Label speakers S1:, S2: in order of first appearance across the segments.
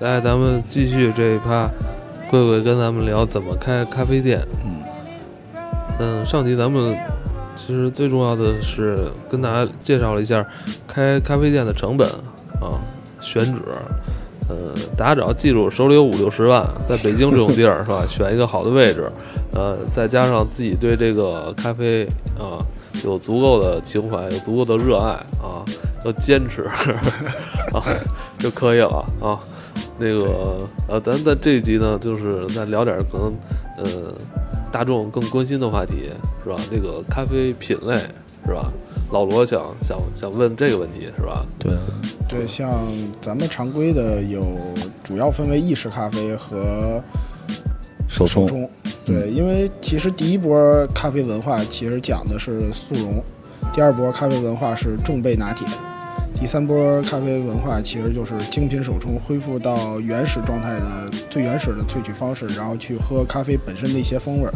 S1: 来，咱们继续这一趴，贵贵跟咱们聊怎么开咖啡店。
S2: 嗯，
S1: 嗯，上集咱们其实最重要的是跟大家介绍了一下开咖啡店的成本啊，选址，呃，大家只要记住手里有五六十万，在北京这种地儿是吧，选一个好的位置，呃，再加上自己对这个咖啡啊、有足够的情怀，有足够的热爱啊，要坚持 啊就可以了啊。那个呃，咱在这一集呢，就是再聊点儿可能呃大众更关心的话题是吧？这个咖啡品类是吧？老罗想想想问这个问题是吧？
S2: 对，
S3: 对，像咱们常规的有主要分为意式咖啡和
S2: 手
S3: 手
S2: 冲，
S3: 冲。对，因为其实第一波咖啡文化其实讲的是速溶，第二波咖啡文化是重焙拿铁，第三波咖啡文化其实就是精品手冲，恢复到原始状态的最原始的萃取方式，然后去喝咖啡本身的一些风味儿。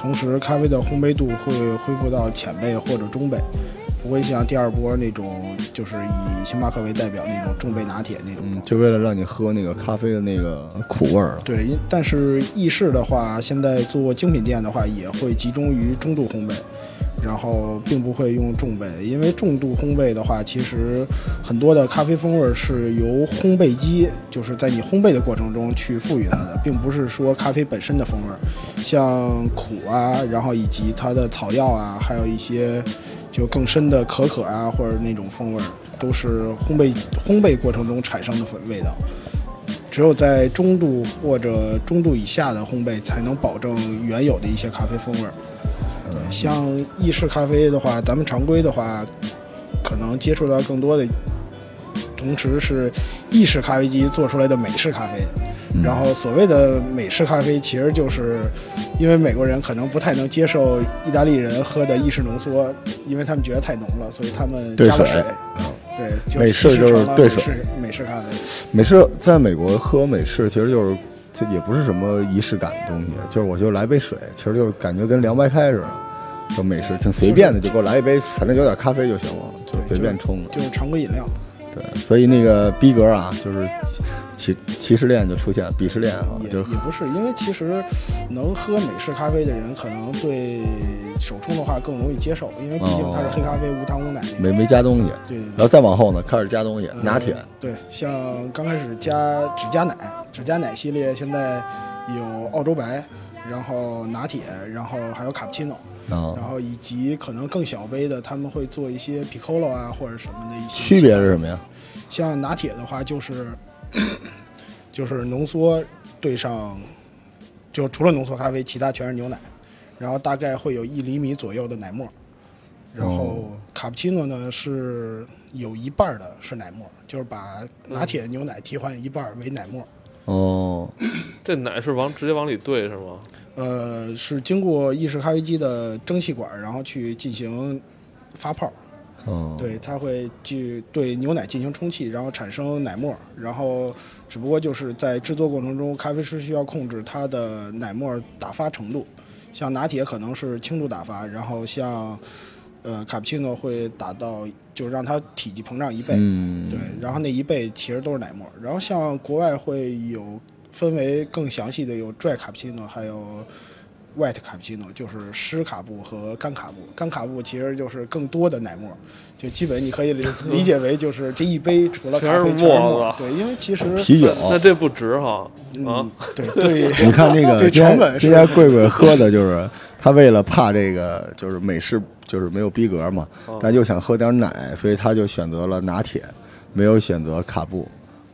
S3: 同时，咖啡的烘焙度会恢复到浅焙或者中焙，不会像第二波那种，就是以星巴克为代表那种重焙拿铁那种状态。
S2: 嗯，就为了让你喝那个咖啡的那个苦味儿。啊
S3: 对，因但是呃意式的话，现在做精品店的话，也会集中于中度烘焙，然后并不会用重焙，因为重度烘焙的话，其实很多的咖啡风味是由烘焙机，就是在你烘焙的过程中去赋予它的，并不是说咖啡本身的风味，像苦啊，然后以及它的草药啊，还有一些就更深的可可啊，或者那种风味，都是烘焙烘焙过程中产生的味道。只有在中度或者中度以下的烘焙，才能保证原有的一些咖啡风味儿。
S2: 嗯
S3: 对，像意式咖啡的话，咱们常规的话，可能接触到更多的，同时是意式咖啡机做出来的美式咖啡。
S2: 嗯
S3: 然后所谓的美式咖啡，其实就是因为美国人可能不太能接受意大利人喝的意式浓缩，因为他们觉得太浓了，所以他们
S2: 兑
S3: 加了
S2: 水
S3: 水。
S2: 嗯
S3: 对，就
S2: 美式
S3: 稀释
S2: 就是
S3: 成了
S2: 兑
S3: 美
S2: 水
S3: 式美式咖啡。
S2: 美式在美国喝美式其实就是。这也不是什么仪式感的东西，就是我就来杯水，其实就是感觉跟凉白开似的，就美式挺随便的，就给我来一杯，反正有点咖啡就行了，就
S3: 对
S2: 随便
S3: 就
S2: 冲的。
S3: 就是常规饮料。
S2: 对，所以那个逼格啊，就是歧歧歧视链就出现了，鄙视链啊，
S3: 也
S2: 就是
S3: 也不是，因为其实能喝美式咖啡的人，可能对手冲的话更容易接受，因为毕竟它是黑咖啡、无糖无奶那种。
S2: 哦没没加东西。
S3: 对对
S2: 然
S3: 对
S2: 后再往后呢，开始加东西，拿铁，
S3: 呃对，像刚开始加只加奶，只加奶系列现在有澳洲白，然后拿铁，然后还有卡布奇诺，
S2: 啊
S3: 然，后以及可能更小杯的，他们会做一些 Piccolo 啊或者什么的一些
S2: 区别是
S3: 么？
S2: 什么呀？
S3: 像拿铁的话，就是就是浓缩兑上，就除了浓缩咖啡，其他全是牛奶，然后大概会有一厘米左右的奶沫。然后卡布奇诺呢是有一半儿的是奶沫，就是把拿铁牛奶替换一半儿为奶沫。
S2: 哦，
S1: 这奶是往直接往里兑是吗？
S3: 呃，是经过意式咖啡机的蒸汽管儿，然后去进行发泡。
S2: 哦，
S3: 对，它会去对牛奶进行充气，然后产生奶沫儿，然后只不过就是在制作过程中，咖啡师需要控制它的奶沫儿打发程度。像拿铁可能是轻度打发，然后像呃卡布奇诺会打到，就让它体积膨胀一倍。
S2: 嗯，
S3: 对，然后那一倍其实都是奶沫儿。然后像国外会有分为更详细的，有 dry 卡布奇诺，还有 wet 卡布奇诺，就是湿卡布和干卡布。干卡布其实就是更多的奶沫儿，就基本你可 以理理解为就是这一杯除了咖啡
S1: 全是
S3: 全是
S1: 沫
S3: 沫儿
S1: 子。
S3: 对，因为其实
S2: 啤酒，
S1: 那这不值哈啊
S3: 嗯！，对对，
S2: 你看那个
S3: 对
S2: 今
S3: 成
S2: 天
S3: 本
S2: 今
S3: 是
S2: 天贵贵喝的就是他为了怕这个就是美式就是没有逼格嘛，
S3: 哦
S2: 但又想喝点奶，所以他就选择了拿铁，没有选择卡布，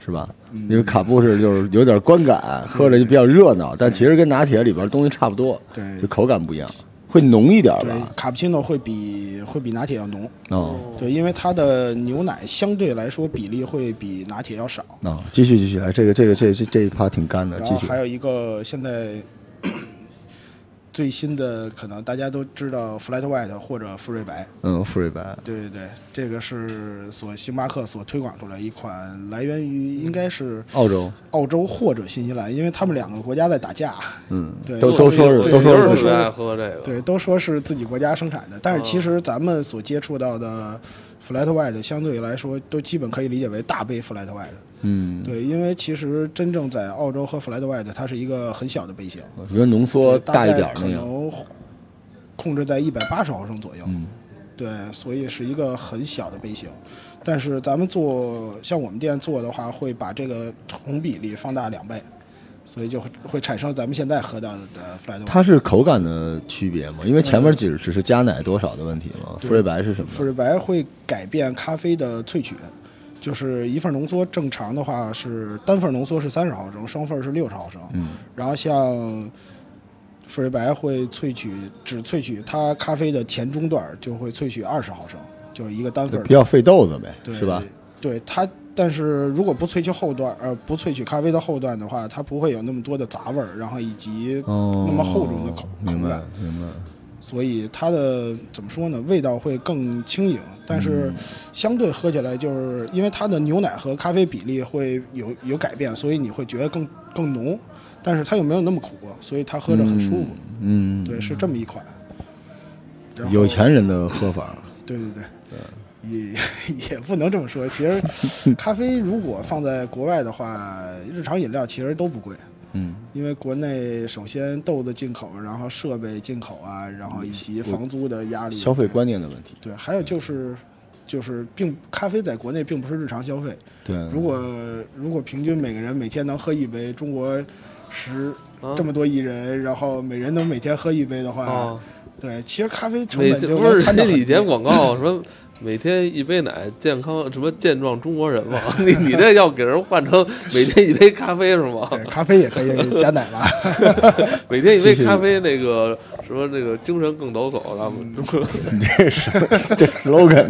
S2: 是吧？
S3: 嗯
S2: 因为卡布是就是有点观感，喝着就比较热闹，但其实跟拿铁里边东西差不多，
S3: 嗯对
S2: 就口感不一样，会浓一点
S3: 对
S2: 吧？
S3: 卡布奇诺会比会比拿铁要浓，
S2: 哦
S3: 对，因为它的牛奶相对来说比例会比拿铁要少。
S2: 哦，继续继续，呃哎，这个这个这这这一趴挺干的，
S3: 然
S2: 继
S3: 后
S2: 续
S3: 还有一个现在 最新的可能大家都知道 Flat White 或者馥芮白，
S2: 嗯，馥芮白，
S3: 对对对，这个是所星巴克所推广出来一款来源于应该是
S2: 澳洲，
S3: 澳洲或者新西兰，因为他们两个国家在打架，
S2: 嗯，
S3: 对
S2: 都
S3: 我
S2: 都
S3: 是
S2: 说是
S3: 对
S2: 都说
S3: 我
S1: 日
S3: 是
S2: 是
S3: 说
S1: 本爱喝这个，
S3: 对，都说是自己国家生产的，但是其实咱们所接触到的 Flat White 相对来说都基本可以理解为大杯 Flat White。
S2: 嗯，
S3: 对，因为其实真正在澳洲喝 Flat White，它是一个很小的杯型，
S2: 我觉得浓缩
S3: 大
S2: 大一
S3: 概
S2: 点儿
S3: 可
S2: 那个，
S3: 能控制在一百八十毫升左右。
S2: 嗯
S3: 对，所以是一个很小的杯型。但是咱们做像我们店做的话，会把这个同比例放大两倍，所以就会会产生咱们现在喝到的 flat white。
S2: 它是口感的区别嘛，因为
S3: 呃
S2: 前面只只是加奶多少的问题嘛，馥芮白是什么
S3: 馥？芮白会改变咖啡的萃取，就是一份浓缩正常的话是单份浓缩是三十毫升，双份是六十毫升。
S2: 嗯，
S3: 然后像馥芮白会萃取只萃取它咖啡的前中段，就会萃取二十毫升，就是一个单份
S2: 比较费豆子呗，
S3: 对
S2: 是吧？？
S3: 对它，但是如果不萃取后段，呃，不萃取咖啡的后段的话，它不会有那么多的杂味儿，然后以及
S2: 哦，
S3: 那么厚重的口
S2: 明
S3: 口
S2: 白
S3: 感
S2: 明白，
S3: 所以它的怎么说呢，味道会更轻盈，但是
S2: 嗯
S3: 相对喝起来就是因为它的牛奶和咖啡比例会有有改变，所以你会觉得更更浓，但是它又没有那么苦，所以它喝着很舒服。
S2: 嗯，
S3: 对，是这么一款。然后
S2: 有钱嗯人的喝法，
S3: 对对对，也 也不能这么说。其实咖啡如果放在国外的话，日常饮料其实都不贵，
S2: 嗯，
S3: 因为国内首先豆子进口，然后设备进口啊，然后以及房租的压力，
S2: 消费观念的问题，
S3: 对，还有就是。就是并咖啡在国内并不是日常消费，
S2: 对，
S3: 如果如果平均每个人每天能喝一杯，中国十
S1: 啊
S3: 这么多亿人，然后每人能每天喝一杯的话，
S2: 哦
S1: 啊，
S3: 对，其实咖啡成
S1: 每
S3: 本
S1: 天
S3: 就
S1: 不
S3: 能
S1: 是
S3: 摊到很
S1: 你以前
S3: 低
S1: 广告说每天一杯奶，健康什么健壮中国人嘛？ 你你这要给人换成每天一杯咖啡是吗？
S3: 对，咖啡也可以加奶吧。
S1: 每天一杯
S2: 继续
S1: 咖啡，那个什么那个精神更抖擞，咱
S2: 嗯
S1: 们
S2: 你这是这 slogan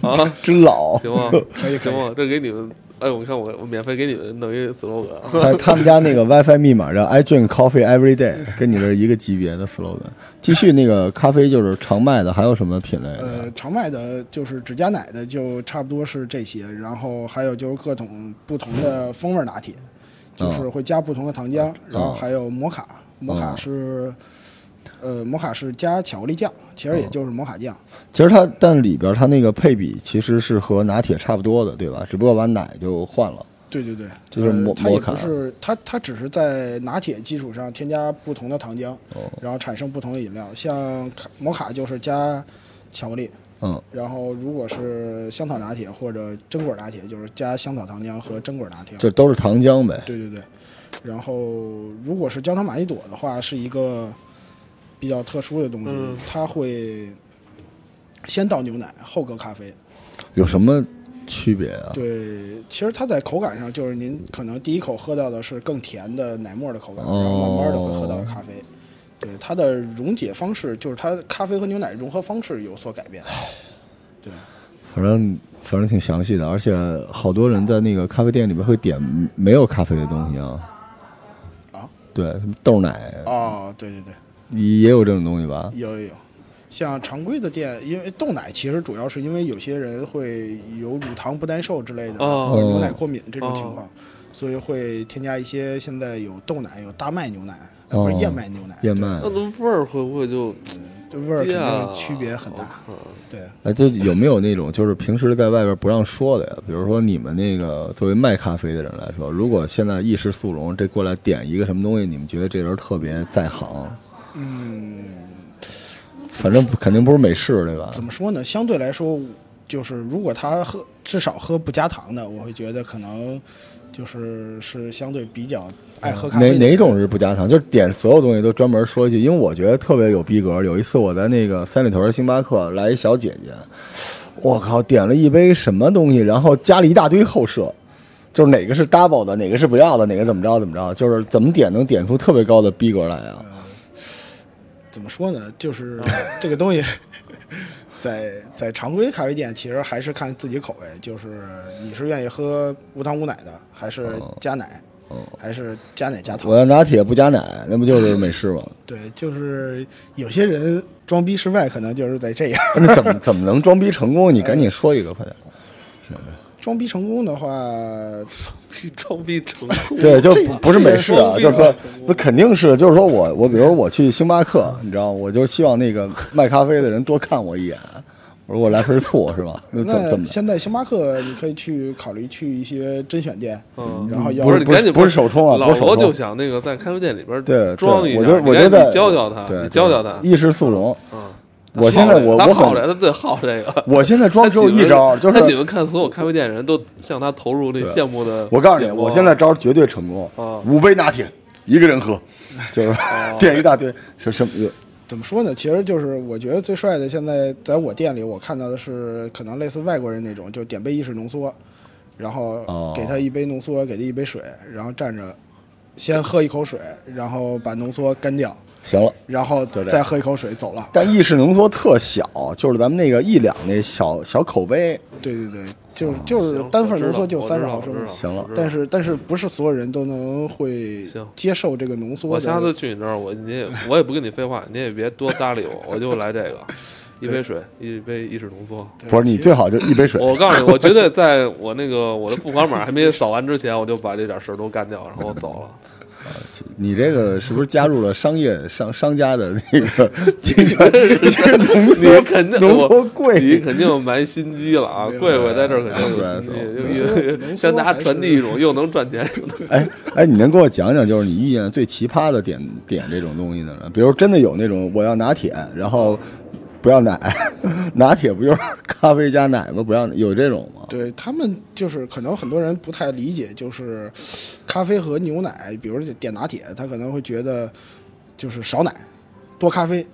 S1: 啊，
S2: 真老，
S1: 行吗？
S3: 可以可
S1: 行
S3: 以
S1: 吗？这给你们，哎，我看我我免费给你们弄一 slogan 啊。
S2: 他他们家那个 WiFi 密码叫 I drink coffee every day，跟你这是一个级别的 slogan。继续那个咖啡就是常卖的，还有什么品类？
S3: 呃，常卖的就是只加奶的，就差不多是这些，然后还有就是各种不同的风味拿铁，
S2: 嗯
S3: 就是会加不同的糖浆，然后还有摩卡，摩卡是。呃，摩卡是加巧克力酱，其
S2: 嗯
S3: 实也就是摩卡酱。
S2: 其实它但里边它那个配比其实是和拿铁差不多的，对吧？只不过把奶就换了。
S3: 对对对，
S2: 就是
S3: 呃
S2: 摩
S3: 它也
S2: 摩卡
S3: 不是它，它只是在拿铁基础上添加不同的糖浆，
S2: 哦，
S3: 然后产生不同的饮料。像卡摩卡就是加巧克力，
S2: 嗯，
S3: 然后如果是香草拿铁或者榛果拿铁，就是加香草糖浆和榛果拿铁。
S2: 这都是糖浆呗。
S3: 对对对。然后如果是焦糖玛奇朵的话，是一个比较特殊的东西，
S1: 嗯
S3: 它会先倒牛奶，后搁咖啡。
S2: 有什么区别啊？
S3: 对，其实它在口感上，就是您可能第一口喝到的是更甜的奶沫的口感，
S2: 哦
S3: 然后慢慢的会喝到咖啡。对它的溶解方式，就是它咖啡和牛奶融合方式有所改变。对，
S2: 反正反正挺详细的，而且好多人在那个咖啡店里面会点没有咖啡的东西啊。
S3: 啊？
S2: 对，什么豆奶
S3: 哦，对对对。
S2: 也有这种东西吧？
S3: 有有有，像常规的店，因为豆奶其实主要是因为有些人会有乳糖不耐受之类的，
S1: 哦
S3: 或者牛奶过敏这种情
S1: 哦
S3: 况，所以会添加一些现在有豆奶、有大麦牛奶，呃不是
S2: 哦
S3: 燕麦牛奶，
S2: 燕麦
S1: 那。咱味儿会不会就
S3: 这味儿肯
S1: 呀
S3: 定区别很大。
S1: 我操
S3: 对，
S2: 哎，就有没有那种就是平时在外边不让说的呀？比如说你们那个作为卖咖啡的人来说，如果现在一时速龙这过来点一个什么东西，你们觉得这人特别在行？
S3: 嗯，
S2: 反正肯定不是美式，对吧？
S3: 怎么说呢？相对来说，就是如果他喝至少喝不加糖的，我会觉得可能就是是相对比较爱喝咖啡
S2: 哪
S3: 的人。
S2: 哪种是不加糖？就是点所有东西都专门说一句，因为我觉得特别有逼格。有一次我在那个三里屯星巴克来一小姐姐，我靠，点了一杯什么东西，然后加了一大堆后设，就是哪个是 double 的，哪个是不要的，哪个怎么着怎么着，就是怎么点能点出特别高的逼格来啊！
S3: 嗯怎么说呢？就是 这个东西在，在常规咖啡店，其实还是看自己口味，就是你是愿意喝无糖无奶的，还是加奶，
S2: 哦
S3: 还是加奶加糖
S2: 我。要拿铁不加奶，那不就是美式吗？
S3: 对，就是有些人装逼失败，可能就是在这样。
S2: 那怎么怎么能装逼成功？你赶紧说一个，快点。
S3: 装逼成功的话，
S1: 这装逼成功。
S2: 对，就
S3: 这
S2: 不不是美式啊，
S1: 这
S2: 就是说
S1: 这，
S2: 不肯定是，就是说我我比如我去星巴克，你知道吗，我就希望那个卖咖啡的人多看我一眼，我说我来瓶醋是吧？那怎么怎
S3: 那
S2: 么？
S3: 现在星巴克你可以去考虑去一些甄选店，
S1: 嗯
S3: 然后要
S2: 不是
S1: 你赶紧
S2: 不是手冲啊
S1: 老
S2: 不是手
S1: 罗
S2: 冲
S1: 就想那个在咖啡店里边
S2: 对，
S1: 装一
S2: 对
S1: 下，
S2: 我就
S1: 你
S2: 我觉
S1: 赶紧
S2: 得
S1: 教教他，
S2: 对，
S1: 你教教他。
S2: 意识速溶。
S1: 嗯，
S2: 我现在我
S1: 他
S2: 我
S1: 好来，
S2: 很
S1: 他最好这个。
S2: 我现在装只有一招，就
S1: 他喜
S2: 是
S1: 欢看所有咖啡店人都向他投入那羡慕的。
S2: 我告诉你，我现在招绝对成功
S1: 哦，
S2: 五杯拿铁一个人喝，就是 点一大堆，什什么
S3: 怎么说呢？其实就是我觉得最帅的，现在在我店里我看到的是可能类似外国人那种，就点杯意式浓缩，然
S2: 哦
S3: 后给他一杯浓缩，给他一杯水，然后站着先喝一口水，然后把浓缩干掉，
S2: 行了。
S3: 然后
S2: 就这样
S3: 再喝一口水走了。
S2: 但意式浓缩特小，就是咱们那个一两那小小口杯，
S3: 对对对，就是就是单份浓缩就三十毫升
S1: 我知道我知，道
S2: 行了
S1: 我知道
S3: 但是但是不是所有人都能会
S1: 行
S3: 接受这个浓缩的。
S1: 我下次去你那儿，我你也我也不跟你废话，你也别多搭理我，我就来这个，一杯水，一杯意式浓缩。
S3: 对
S2: 不是你
S3: 其实
S2: 最好就一杯水。
S1: 我告诉你，我绝对在我那个我的付款码还没扫完之前，我就把这点事儿都干掉，然后我走 了。
S2: 你这个是不是加入了商业商商家的那个精神？浓
S1: 你
S2: 缩
S1: 肯定
S2: 浓缩
S1: 你
S2: 贵，
S1: 肯定埋心机了啊！
S3: 没有
S1: 贵贵在这儿肯定有
S2: 对
S1: 心
S3: 对
S1: 机，
S3: 浓
S1: 又
S3: 缩
S1: 向大
S3: 还
S1: 家
S3: 是
S1: 传递一种又能赚钱又能
S2: 哎哎，你能给我讲讲，就是你遇见最奇葩的点点这种东西的呢？比如真的有那种我要拿铁，然后不要奶， 拿铁不就是 咖啡加奶吗？不要有这种吗？
S3: 对他们就是可能很多人不太理解，就是咖啡和牛奶，比如点拿铁，他可能会觉得就是少奶多咖啡，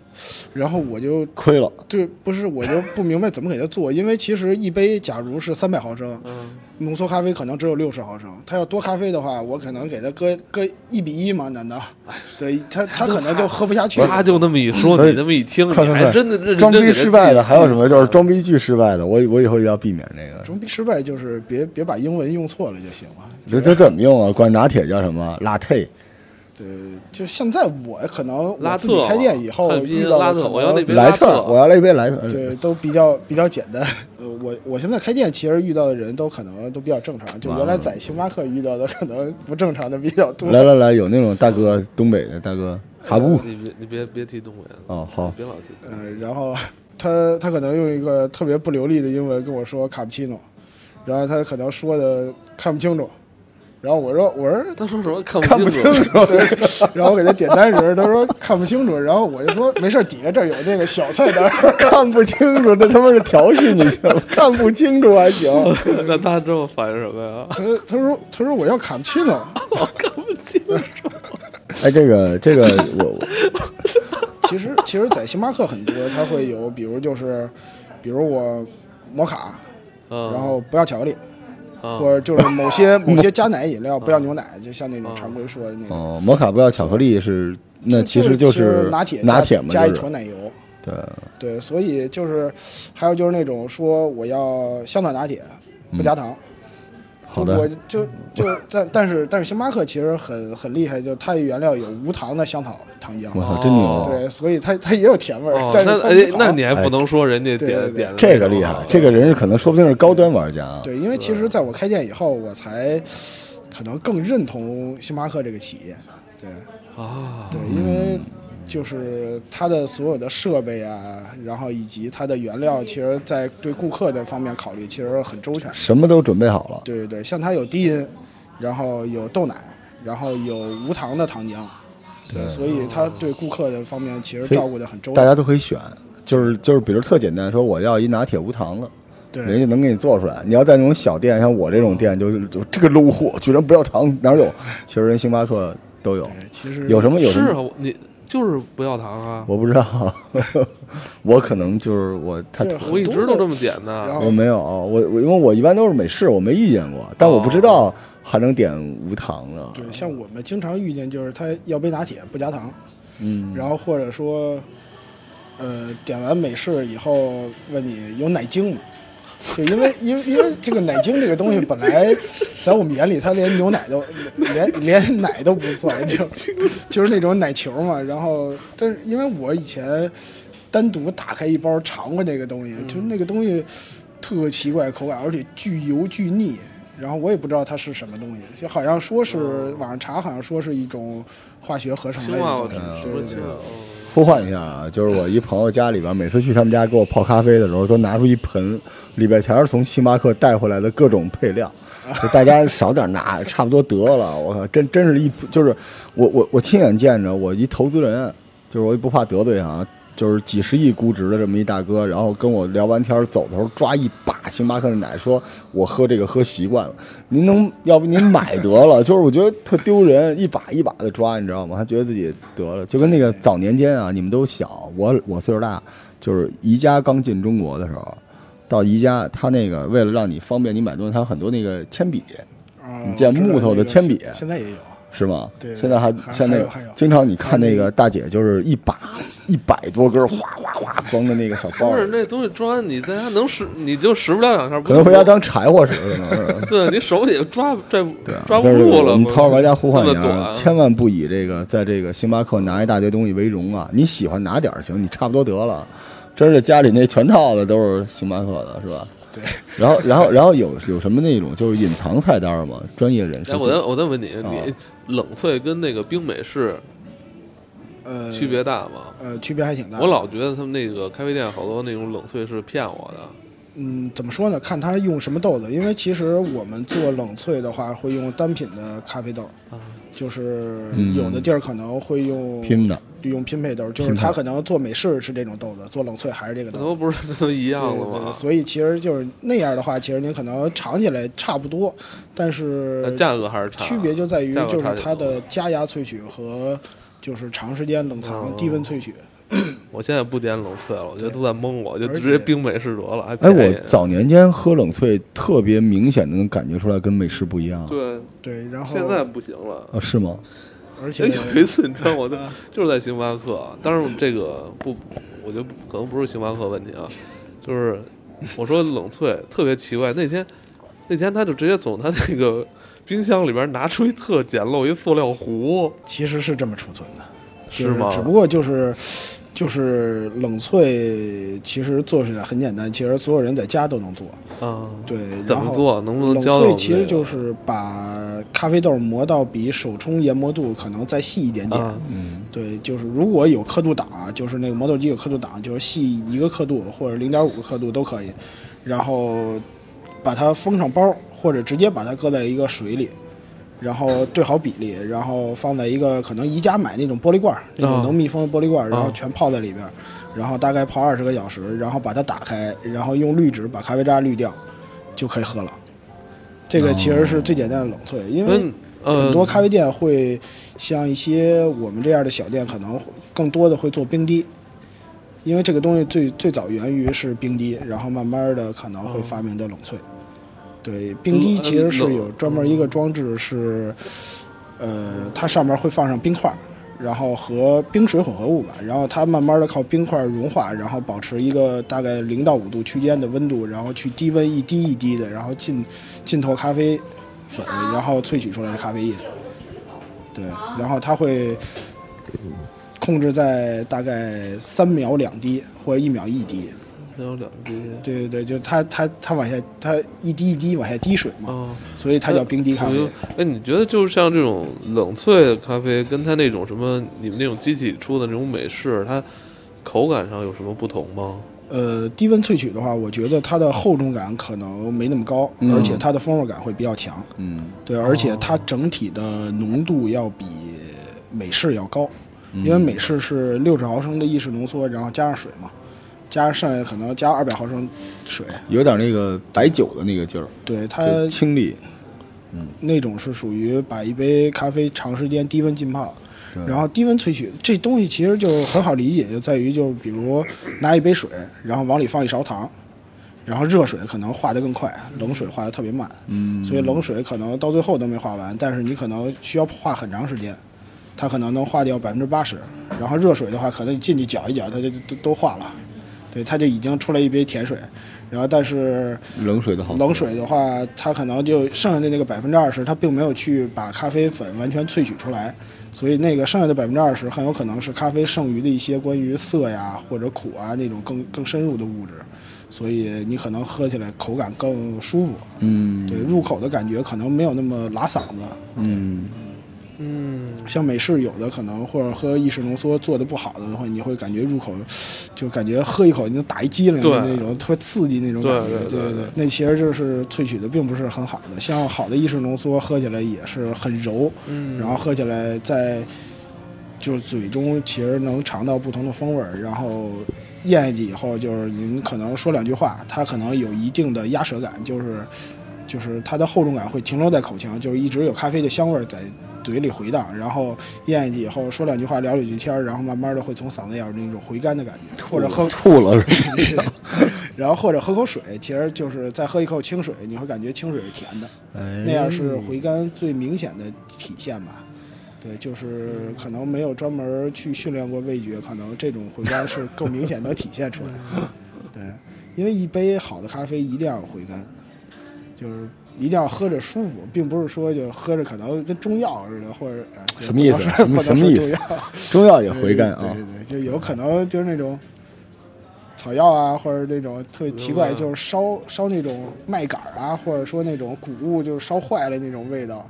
S3: 然后我就
S2: 亏了，
S3: 对不是我就不明白怎么给他做，因为其实一杯假如是三百毫升，
S1: 嗯
S3: 浓缩咖啡可能只有六十毫升，他要多咖啡的话，我可能给他搁搁一比一嘛？难道？对他他可能就喝不下去。
S1: 哎他就那么一说，
S2: 所以
S1: 你那么一听，你
S2: 快快
S1: 还
S2: 快
S1: 真的认真
S2: 装
S1: 给嗯
S2: 逼
S1: 他
S2: 失败的
S1: 记
S2: 还有什么？就是装逼剧失败的，我以我以后一定要避免这个。
S3: 装逼失败就是别别把英文用错了就行了。
S2: 这这怎么用啊？管拿铁叫什么？latte。
S3: 对，就现在我可能
S1: 拉
S3: 我自己
S1: 特
S3: 开店以后
S1: 汉堡
S3: 遇到
S1: 拉
S3: 的
S1: 特
S3: 可
S1: 我要那
S3: 能
S1: 杯
S2: 莱
S1: 拉特
S2: 特，我要来一杯莱特。
S3: 对都比较比较简单。呃，我我现在开店其实遇到的人都可能都比较正常，就原来在星巴克遇到的可能不正常的比较多。
S2: 来来来，有那种大哥，东北的大哥，卡布。
S1: 你别你别别提东北了，
S2: 哦，好，
S1: 别老提东北。
S3: 嗯，然后他他可能用一个特别不流利的英文跟我说卡布奇诺，然后他可能说的看不清楚，然后我说我说
S1: 他说什么看
S2: 看不清
S1: 清楚？
S2: 楚。
S3: 然后我给他点单时，他说看不清楚，然后我就说没事儿，底下这儿有那个小菜单儿。
S2: 看不清楚，这他妈是调戏你去了。 看不清楚还行，
S1: 那他这么烦什么呀？
S3: 他他说他说我要卡布奇诺，
S1: 我看不清楚。
S2: 哎，这个这个，我
S3: 其实，其实，在星巴克很多，它会有，比如就是，比如我摩卡，
S1: 嗯，
S3: 然后不要巧克力，
S1: 嗯
S3: 或者就是某 些某些加奶饮料不要牛奶，就像
S1: 嗯
S3: 那种常规说的那种。
S2: 哦，摩卡不要巧克力是，那其实
S3: 就
S2: 就是
S3: 拿铁
S2: 拿
S3: 加
S2: 铁嘛，
S3: 加一
S2: 就是
S3: 坨奶油。
S2: 对，
S3: 对，所以就是，还有就是那种说我要香草拿铁，不加糖。
S2: 嗯好
S3: 我
S2: 的，
S3: 就就但但是但是星巴克其实很很厉害，就它原料有无糖的香草糖浆
S2: 我，操，真牛！啊
S3: 哦对，所以它它也有甜味儿
S1: 哦，，
S3: 但是
S1: 那
S3: 它
S1: 哎
S3: 无，糖
S1: 那你还不能说人
S2: 哎
S1: 家点
S3: 对对对
S1: 点的
S2: 这
S1: 那种
S2: 个
S1: 啊
S2: 厉
S1: 好
S2: 害，这个人是可能说不定是高端玩家啊。
S3: 对，因为其实在我开店以后，我才可能更认同星巴克这个企业。对
S1: 啊，
S3: 对，
S2: 嗯
S3: 因为就是它的所有的设备啊，然后以及它的原料，其实在对顾客的方面考虑，其实很周全。
S2: 什么都准备好了，
S3: 对对对，像它有低因，然后有豆奶，然后有无糖的糖浆。对，所以它对顾客的方面其实
S2: 所以
S3: 照顾的很周
S2: 大
S3: 全。
S2: 家都可以选，就是就是，比如特简单，说我要一拿铁无糖的，人
S3: 对
S2: 家能给你做出来。你要在那种小店，像我这种店，就是就这个 low 货，居然不要糖，哪有？其实人星巴克都有
S3: 对，，其实
S2: 有什么有什
S1: 是啊，
S2: 么？
S1: 我你就是不要糖啊，
S2: 我不知道， 我可能就是我太
S3: 就是
S1: 我一直都这么点
S3: 然
S1: 的。
S3: 后
S2: 我没有，我我因为我一般都是美式，我没遇见过，但我不知道还能点无糖的。
S3: 哦对，像我们经常遇见就是他要杯拿铁不加糖，
S2: 嗯，
S3: 然后或者说，呃，点完美式以后问你有奶精吗？就因为因为因为这个奶精这个东西本来在我们眼里，它连牛奶都连连奶都不算，就就是那种奶球嘛。然后，但是因为我以前单独打开一包尝过那个东西，就是那个东西特奇怪口感，而且巨油巨腻。然后我也不知道它是什么东西，就好像说是网上查，好像说是一种化学合成
S1: 青
S3: 类的
S1: 蛙，
S3: 东
S1: 我
S2: 嗯
S1: 啊听。
S3: 西
S1: 什
S3: 对
S1: 么
S3: 对
S1: 青
S3: 对。
S1: 蛙？
S2: 呼唤一下啊，就是我一朋友家里边，每次去他们家给我泡咖啡的时候，都拿出一盆，里边全是从星巴克带回来的各种配料，就大家少点拿，差不多得了。我靠，真真是一就是我我我亲眼见着，我一投资人，就是我也不怕得罪啊，就是几十亿估值的这么一大哥，然后跟我聊完天儿走的时候抓一把星巴克的奶，说我喝这个喝习惯了，您能要不您买得了？就是我觉得特丢人，一把一把的抓，你知道吗？他觉得自己得了，就跟那个早年间啊，你们都小，我我岁数大，就是宜家刚进中国的时候，到宜家他那个为了让你方便你买东西，他有很多那个铅笔。
S3: 啊
S2: 你见
S3: 我知道
S2: 木头的
S3: 那个
S2: 铅笔
S3: 现现在也有。
S2: 是吗？
S3: 对
S2: 现在还
S3: 还
S2: 现在
S3: 还有还有
S2: 经常你看那个大姐，就是一把一百多根儿哗哗哗装在那个小包
S1: 不是
S2: 里，
S1: 那东西装完你在家能使，你就使不了两下，
S2: 可能回家
S1: 不
S2: 当柴火使，可能是。
S1: 对你手也抓拽不抓不
S2: 就是
S1: 住了。
S2: 我们
S1: 不
S2: 淘宝玩家呼唤一
S1: 那
S2: 下
S1: 么
S2: 啊，
S1: 短
S2: 千万不以这个在这个星巴克拿一大堆东西为荣啊！你喜欢拿点儿行，你差不多得了。真是家里那全套的都是星巴克的，是吧？
S3: 对。
S2: 然后，然后，然后有有什么那种就是隐藏菜单吗？专业人士
S1: 哎，我再我再问你，
S2: 啊
S1: 你冷萃跟那个冰美式
S3: 呃，
S1: 区别大吗？
S3: 呃区别还挺大。
S1: 我老觉得他们那个咖啡店好多那种冷萃是骗我的。
S3: 嗯，怎么说呢？看他用什么豆子，因为其实我们做冷萃的话，会用单品的咖啡豆，
S1: 啊
S3: 就是
S2: 嗯
S3: 有的地儿可能会用
S2: 拼的，
S3: 用拼配豆，就是
S2: 拼配
S3: 他可能做美式是这种豆子，做冷萃还是这个
S1: 这
S3: 豆
S1: 都
S3: 子。
S1: 不是这都一样了
S3: 对对
S1: 吗？
S3: 所以其实就是那样的话，其实您可能尝起来差不多，但
S1: 那
S3: 是
S1: 价格还是呃差，
S3: 区别就在于
S1: 价格
S3: 就是
S1: 差挺
S3: 它
S1: 多
S3: 的。加压萃取和就是长时间冷藏、
S1: 哦
S3: 低温萃取。
S1: 我现在不点冷萃了，我觉得
S3: 对
S1: 都在蒙我，就
S3: 而
S1: 直接
S3: 且
S1: 冰美式得了。还
S2: 哎，
S1: 便
S2: 我
S1: 宜
S2: 早年间喝冷萃，特别明显的能感觉出来跟美式不一样。
S1: 对，
S3: 对，然后
S1: 现在不行了。
S2: 啊，是吗？
S3: 而且
S1: 哎， 有一次你知道我在
S3: 啊
S1: 就是在星巴克，当然这个不，我觉得不可能不是星巴克问题啊，就是我说冷萃特别奇怪，那天那天他就直接从他那个冰箱里边拿出一特简陋一塑料壶，
S3: 其实是这么储存的，就是
S1: 吗？
S3: 只不过就是就是冷萃，其实做起来很简单，其实所有人在家都能做。
S1: 啊，
S3: 对，然
S1: 怎么
S3: 后
S1: 做？能不能
S3: 冷
S1: 教教我
S3: 萃
S1: 们
S3: 其实就
S1: 这个
S3: 是把咖啡豆磨到比手冲研磨度可能再细一点点。
S1: 啊，
S2: 嗯，
S3: 对，就是如果有刻度档啊，就是那个磨豆机有刻度档，就是细一个刻度或者零点五个刻度都可以，然后把它封上包，或者直接把它搁在一个水里，然后对好比例，然后放在一个可能宜家买那种玻璃罐儿，那
S1: 啊
S3: 种能密封的玻璃罐儿，然后
S1: 啊
S3: 全泡在里边儿，然后大概泡二十个小时，然后把它打开，然后用滤纸把咖啡渣滤掉，就可以喝了。这个其实是最简单的冷萃，因为
S1: 嗯呃，
S3: 很多咖啡店会像一些我们这样的小店，可能会更多的会做冰滴，因为这个东西最最早源于是冰滴，然后慢慢的可能会发明的冷萃。对，冰滴其实是有专门一个装置是，呃，它上面会放上冰块，然后和冰水混合物吧，然后它慢慢的靠冰块融化，然后保持一个大概零到五度区间的温度，然后去低温一滴一滴的，然后浸浸透咖啡粉，然后萃取出来的咖啡液。对，然后它会控制在大概三秒两滴或者一秒一滴。
S1: 那有两滴
S3: 对对对，就它它它往下，它一滴一滴往下滴水嘛，
S1: 啊。
S3: 所以它叫冰滴嗯咖啡
S1: 我。就哎，你觉得就是像这种冷萃的咖啡，跟它那种什么你们那种机器出的那种美式，它口感上有什么不同吗？
S3: 呃，低温萃取的话，我觉得它的厚重感可能没那么高，
S2: 嗯
S3: 而且它的风味感会比较强。
S2: 嗯，
S3: 对，而且它整体的浓度要比美式要高，
S2: 嗯
S3: 因为美式是六十毫升的意式浓缩，然后加上水嘛，加上剩下可能加二百毫升水。
S2: 有点那个白酒的那个劲儿，
S3: 对，它
S2: 就清丽。
S3: 那种是属于把一杯咖啡长时间低温浸泡
S2: 对，
S3: 然后低温萃取这东西其实就很好理解，就在于就比如拿一杯水，然后往里放一勺糖，然后热水可能化得更快，冷水化得特别慢，
S2: 嗯
S3: 所以冷水可能到最后都没化完，但是你可能需要化很长时间，它可能能化掉百分之八十，然后热水的话，可能你进去搅一搅，它就都都化了。对，它就已经出来一杯甜水，然后但是
S2: 冷水的好喝，
S3: 冷水的话，它可能就剩下的那个百分之二十，它并没有去把咖啡粉完全萃取出来，所以那个剩下的百分之二十很有可能是咖啡剩余的一些关于涩呀或者苦啊那种更更深入的物质，所以你可能喝起来口感更舒服，
S2: 嗯
S3: 对，入口的感觉可能没有那么拉嗓子。
S2: 嗯
S1: 嗯，
S3: 像美式有的可能或者喝意式浓缩做的不好的话，你会感觉入口就感觉喝一口你就打一激灵
S1: 对
S3: 的那种，特别刺激那种感
S1: 对
S3: 觉。
S1: 对对
S3: 对
S1: 对
S3: 那其实就是萃取的并不是很好的。像好的意式浓缩喝起来也是很柔，
S1: 嗯
S3: 然后喝起来在就是嘴中其实能尝到不同的风味儿，然后咽下去以后，就是您可能说两句话，它可能有一定的压舌感，就是就是它的厚重感会停留在口腔，就是一直有咖啡的香味儿在嘴里回荡，然后咽下去以后说两句话，聊两句天儿，然后慢慢的会从嗓子眼儿那种回甘的感觉，或者喝
S2: 吐了是吧？
S3: 然后或者喝口水，其实就是再喝一口清水，你会感觉清水是甜的。
S2: 哎
S3: 那样是回甘最明显的体现吧。对，就是可能没有专门去训练过味觉，可能这种回甘是更明显能体现出来。对，因为一杯好的咖啡一定要有回甘，就是一定要喝着舒服，并不是说就喝着可能跟中药似的，或者、呃
S2: 什么意思
S3: 不能说
S2: 什么
S3: 不能
S2: 什么
S3: 说
S2: 意思
S3: 中药，
S2: 中药也回甘啊
S3: 对，对对，就有可能就是那种草药啊，或者那种特别奇怪，
S1: 明白
S3: 就是烧烧那种麦秆儿啊，或者说那种谷物，就是烧坏了那种味道。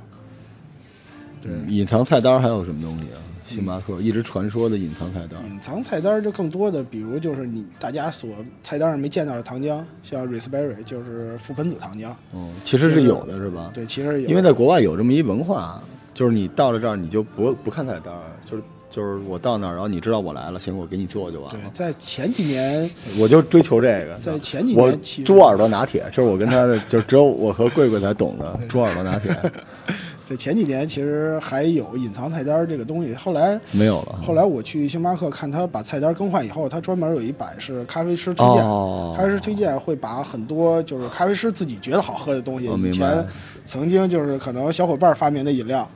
S3: 对，嗯
S2: 隐藏菜单还有什么东西啊？星巴克一直传说的隐藏菜单，
S3: 隐藏菜单儿就更多的，比如就是你大家所菜单上没见到的糖浆，像 r i s b e r r y 就是覆盆子糖浆，
S2: 嗯，其实是有的是吧？
S3: 对，其实有
S2: 因为在国外有这么一文化，就是你到了这儿你就不不看菜单儿，就是就是我到那儿，然后你知道我来了，行，我给你做就完
S3: 对
S2: 了，。
S3: 在前几年
S2: 我就追求这个。
S3: 在前几
S2: 我
S3: 年其实
S2: 猪耳朵拿铁，这是我跟他 的，就只有我和贵贵才懂的猪耳朵拿铁，
S3: 在前几年其实还有隐藏菜单儿这个东西，后来
S2: 没有了。
S3: 后来我去星巴克看他把菜单更换以后，他专门有一版是咖啡师推荐，
S2: 哦，
S3: 咖啡师推荐会把很多就是咖啡师自己觉得好喝的东西，
S2: 我
S3: 以
S2: 明白
S3: 前曾经就是可能小伙伴发明的饮料，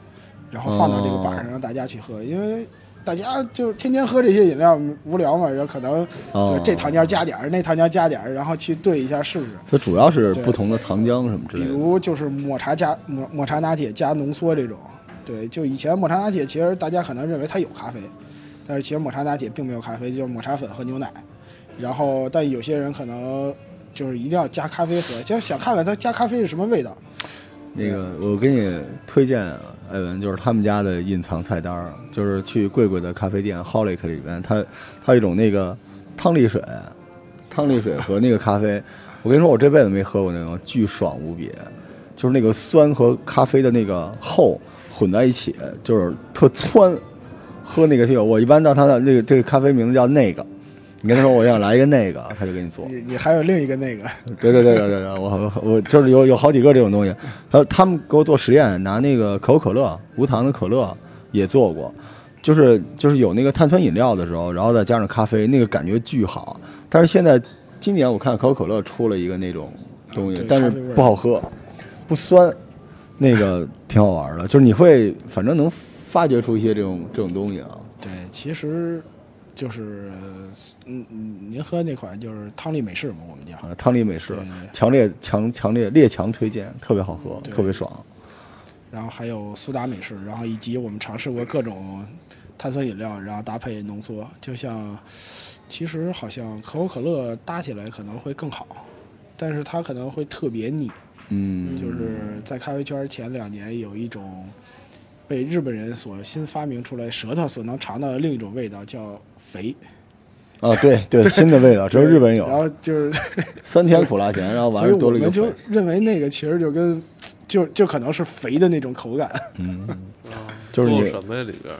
S3: 然后放到这个板
S2: 哦
S3: 上让大家去喝，因为。大家就是天天喝这些饮料，无聊嘛，然后可能
S2: 哦
S3: 就是这糖浆加点儿，那糖浆加点儿，然后去兑一下试试。
S2: 它主要是
S3: 对
S2: 不同的糖浆什么之
S3: 比
S2: 类的。
S3: 如就是抹茶加抹抹茶拿铁加浓缩这种，对，就以前抹茶拿铁其实大家可能认为它有咖啡，但是其实抹茶拿铁并没有咖啡，就是抹茶粉和牛奶。然后，但有些人可能就是一定要加咖啡喝，就是想看看它加咖啡是什么味道。
S2: 那个，我给你推荐啊艾文，就是他们家的隐藏菜单儿，就是去贵贵的咖啡店 Holic 里边，它它有一种那个汤力水，汤力水和那个咖啡，我跟你说，我这辈子没喝过那种，巨爽无比，就是那个酸和咖啡的那个厚混在一起，就是特窜。喝那个就有，我一般到他那那个这个咖啡名字叫那个，你跟他说我想来一个那个，他就给你做。
S3: 你你还有另一个那个，
S2: 对对对对对对，我我我就是有有好几个这种东西，还有他们给我做实验，拿那个可口可乐无糖的可乐也做过，就是就是有那个碳酸饮料的时候，然后再加上咖啡，那个感觉巨好。但是现在今年我看可口可乐出了一个那种东西，
S3: 啊对
S2: 但是
S3: 咖啡味儿
S2: 不好喝，不酸，那个挺好玩的，就是你会反正能发掘出一些这种这种东西啊。
S3: 对，其实就是嗯，嗯您喝那款就是汤力美式嘛，我们叫。
S2: 啊，汤力美式
S3: 对对
S2: 强烈强强烈列强推荐，特别好喝，
S3: 对
S2: 特别爽。
S3: 然后还有苏打美式，然后以及我们尝试过各种碳酸饮料，然后搭配浓缩，就像其实好像可口可乐搭起来可能会更好，但是它可能会特别腻，
S2: 嗯，
S3: 就是在咖啡圈前两年有一种被日本人所新发明出来舌头所能尝到的另一种味道叫肥，
S2: 啊，对对，新的味道，只有日本人
S3: 然
S2: 有，
S3: 后就是
S2: 酸甜苦辣咸，然后完
S3: 所以
S2: 了
S3: 我
S2: 多了一
S3: 们
S2: 个
S3: 就
S2: 粉，
S3: 认为那个其实就跟就就可能是肥的那种口感。
S2: 嗯
S1: 啊
S2: 就是
S1: 都有
S2: 你
S1: 什么呀里边儿？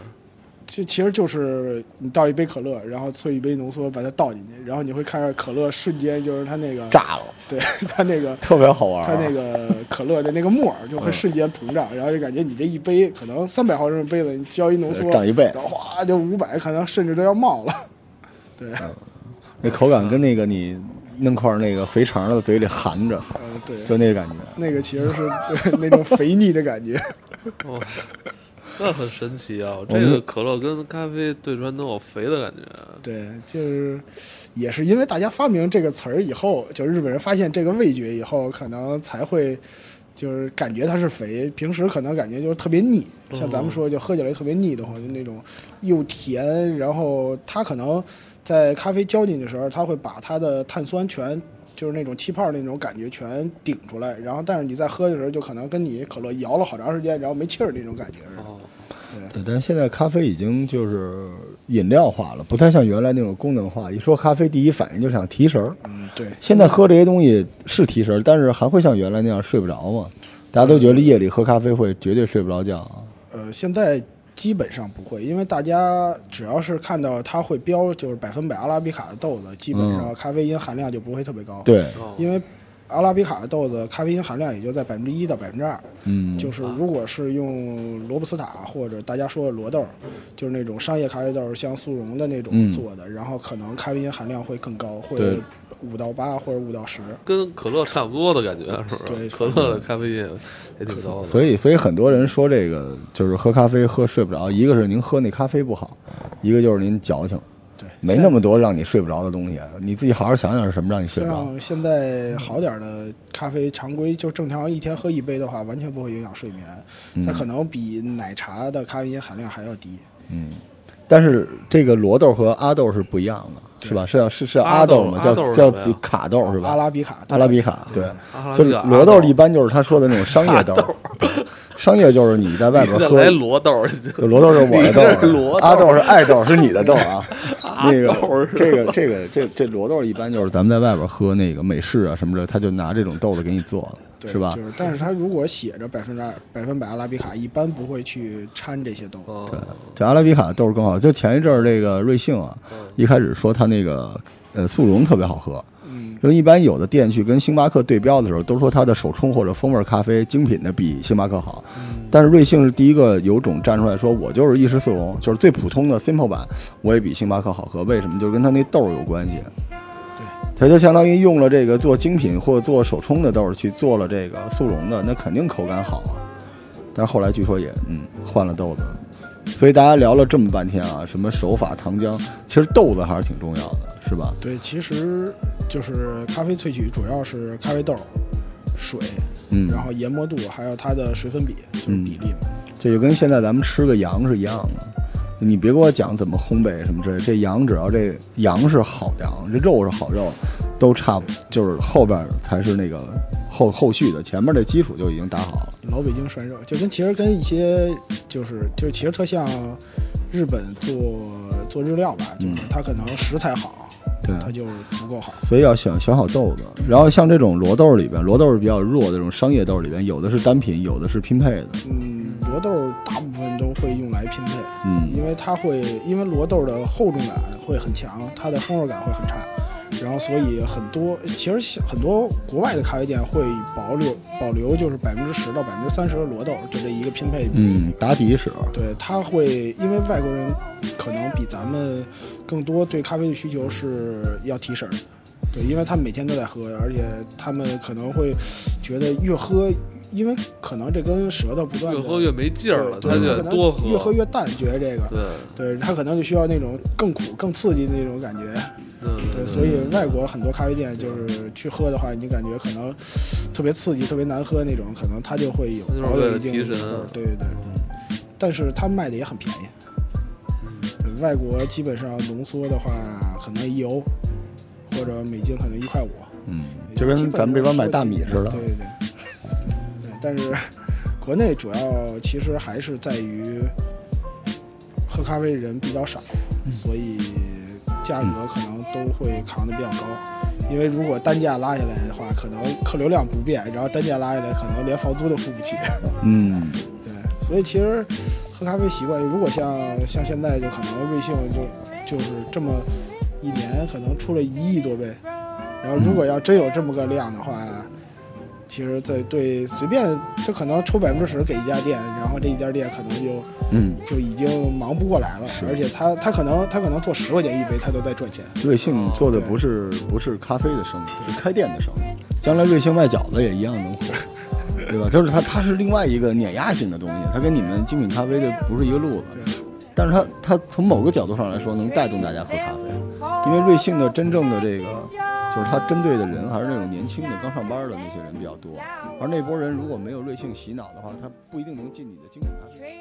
S3: 这其实就是你倒一杯可乐，然后萃一杯浓缩，把它倒进去，然后你会看到可乐瞬间就是它那个，
S2: 炸啊了，
S3: 对它那 个
S2: 特别好玩儿。
S3: 它那个可乐的那个沫儿就
S2: 嗯
S3: 会瞬间膨胀，然后就感觉你这一杯可能三百毫升的杯子，你浇一浓缩，
S2: 涨一倍
S3: 然后哗就五百，可能甚至都要冒了。对，
S2: 那口感跟那个你弄块儿那个肥肠儿在嘴里含着，
S3: 嗯对，
S2: 就那个感觉。
S3: 那个其实是对那种肥腻的感觉。
S1: 哦，那很神奇啊！
S2: 我
S1: 这
S2: 们
S1: 个可乐跟咖啡对穿都有肥的感觉，啊
S3: 对，就是也是因为大家发明这个词儿以后，就日本人发现这个味觉以后，可能才会就是感觉它是肥，平时可能感觉就是特别腻，像咱们说就喝起来特别腻的慌，就那种又甜，然后它可能在咖啡浇进去的时候，它会把它的碳酸全。就是那种气泡那种感觉全顶出来，然后但是你在喝的时候，就可能跟你可乐摇了好长时间，然后没气儿那种感觉似的。
S1: 哦，
S2: 对，但现在咖啡已经就是饮料化了，不太像原来那种功能化。一说咖啡，第一反应就想提神儿。
S3: 嗯，对，
S2: 现在喝这些东西是提神儿，但是还会像原来那样睡不着吗？大家都觉得夜里喝咖啡会绝对睡不着觉啊。
S3: 呃，现在基本上不会，因为大家只要是看到它会标就是百分百阿拉比卡的豆子，基本上咖啡因含量就不会特别高。，
S2: 嗯对，
S1: 哦
S3: 因为阿拉比卡的豆子咖啡因含量也就在百分之一到百分之二。
S2: 嗯，
S3: 就是如果是用罗布斯塔或者大家说的罗豆，就是那种商业咖啡豆，像速溶的那种
S2: 嗯
S3: 做的，然后可能咖啡因含量会更高，会
S2: 对
S3: 五到八或者五到十。
S1: 跟可乐差不多的感觉，啊是不是？
S3: 对
S1: 可乐的咖啡因也挺高的，
S2: 所以所以很多人说这个就是喝咖啡喝睡不着，一个是您喝那咖啡不好，一个就是您矫情，
S3: 对，
S2: 没那么多让你睡不着的东西，你自己好好想想是什么让你睡不着。
S3: 像现在好点儿的咖啡，常规就正常一天喝一杯的话，完全不会影响睡眠。它可能比奶茶的咖啡因含量还要低。
S2: 嗯，但是这个罗豆和阿豆是不一样的，是吧？是要是是
S1: 阿
S2: 阿
S1: 豆
S2: 豆嘛，
S1: 阿
S2: 叫
S1: 豆是
S2: 叫
S1: 什么呀
S2: 卡豆是吧？
S3: 阿拉比卡，
S2: 阿拉比卡，对，
S1: 阿拉
S2: 就
S1: 比
S2: 是
S1: 卡
S2: 罗豆一般就是他说的那种商业豆，对商业就是你在外边
S1: 再
S2: 喝
S1: 来，罗豆，
S2: 就罗豆是我的
S1: 你这是
S2: 豆
S1: 罗
S2: 啊，
S1: 豆
S2: 阿豆是爱豆是你的豆 啊，那
S1: 豆
S2: 个
S1: 是
S2: 这个这个这这罗豆一般就是咱们在外边喝那个美式啊什么的，他就拿这种豆子给你做，
S3: 对
S2: 是吧
S3: 就？是，但是它如果写着百分之二、百分百阿拉比卡，一般不会去掺这些豆子。
S1: 哦
S2: 这阿拉比卡豆是更好，就前一阵儿这个瑞幸啊，一开始说他那个呃速溶特别好喝，
S3: 嗯，
S2: 就一般有的店去跟星巴克对标的时候，都说它的手冲或者风味咖啡精品的比星巴克好，但是瑞幸是第一个有种站出来说，我就是意式速溶，就是最普通的 simple 版，我也比星巴克好喝。为什么？就是跟它那豆儿有关系。它就相当于用了这个做精品或做手冲的豆儿去做了这个速溶的，那肯定口感好啊。但是后来据说也嗯换了豆子，所以大家聊了这么半天啊，什么手法、糖浆，其实豆子还是挺重要的，是吧？
S3: 对，其实就是咖啡萃取主要是咖啡豆、水，
S2: 嗯，
S3: 然后研磨度，还有它的水粉比，就是比例嘛。
S2: 这就跟现在咱们吃个羊是一样的。你别给我讲怎么烘焙什么之类，这羊只要这羊是好羊，这肉是好肉，都差不就是后边才是那个后后续的，前面的基础就已经打好了。
S3: 老北京涮肉，就跟其实跟一些就是就其实特像日本做做日料吧，就是
S2: 嗯
S3: 它可能食材好，
S2: 对啊
S3: 它就足够好。
S2: 所以要选选好豆子。然后像这种罗豆里边，罗豆是比较弱的这种商业豆里边，有的是单品，有的是拼配的。
S3: 嗯，罗豆大部分都会用来拼配，
S2: 嗯
S3: 因为它会因为罗豆的厚重感会很强，它的风味感会很差，然后所以很多其实像很多国外的咖啡店会保留保留就是百分之十到百分之三十的罗豆，就这一个拼配比例。
S2: 嗯，打底使。
S3: 对，他会因为外国人可能比咱们更多对咖啡的需求是要提神儿，对，因为他们每天都在喝，而且他们可能会觉得越喝，因为可能这跟舌头不断
S1: 越
S3: 的
S1: 喝越没劲儿了，
S3: 对
S1: 他就
S3: 可
S1: 得
S3: 能
S1: 多喝，
S3: 越喝越淡，觉得这个。
S1: 对，
S3: 对他可能就需要那种更苦、更刺激的那种感觉，
S1: 嗯，
S3: 对，所以外国很多咖啡店就是去喝的话，你就感觉可能特别刺激、特别难喝那种，可能他就会有
S1: 那就是
S3: 保
S1: 为
S3: 有
S1: 了
S3: 一定
S1: 提
S3: 的
S1: 神
S3: 对对对。但是它卖的也很便宜。对外国基本上浓缩的话，可能一欧或者美金可能一块五，
S2: 嗯，就跟咱们这边买大米似的
S3: 对。对对，对，但是 国内主要其实还是在于喝咖啡的人比较少，
S2: 嗯
S3: 所以价格可能都会扛得比较高。因为如果单价拉下来的话，可能客流量不变，然后单价拉下来，可能连房租都付不起。
S2: 嗯，
S3: 对，所以其实喝咖啡习惯，如果像像现在就可能瑞幸就就是这么一年可能出了一亿多杯，然后如果要真有这么个量的话，其实在对随便就可能抽百分之十给一家店，然后这一家店可能就
S2: 嗯，
S3: 就已经忙不过来了，而且他他可能他可能做十块钱一杯，他都在赚钱。
S2: 瑞幸做的不是不是咖啡的生意，是开店的生意。将来瑞幸卖饺子也一样能火。对吧？就是它，它是另外一个碾压型的东西，它跟你们精品咖啡的不是一个路子。但是它，它从某个角度上来说，能带动大家喝咖啡，因为瑞幸的真正的这个，就是它针对的人还是那种年轻的、刚上班的那些人比较多，而那波人如果没有瑞幸洗脑的话，他不一定能进你的精品咖啡。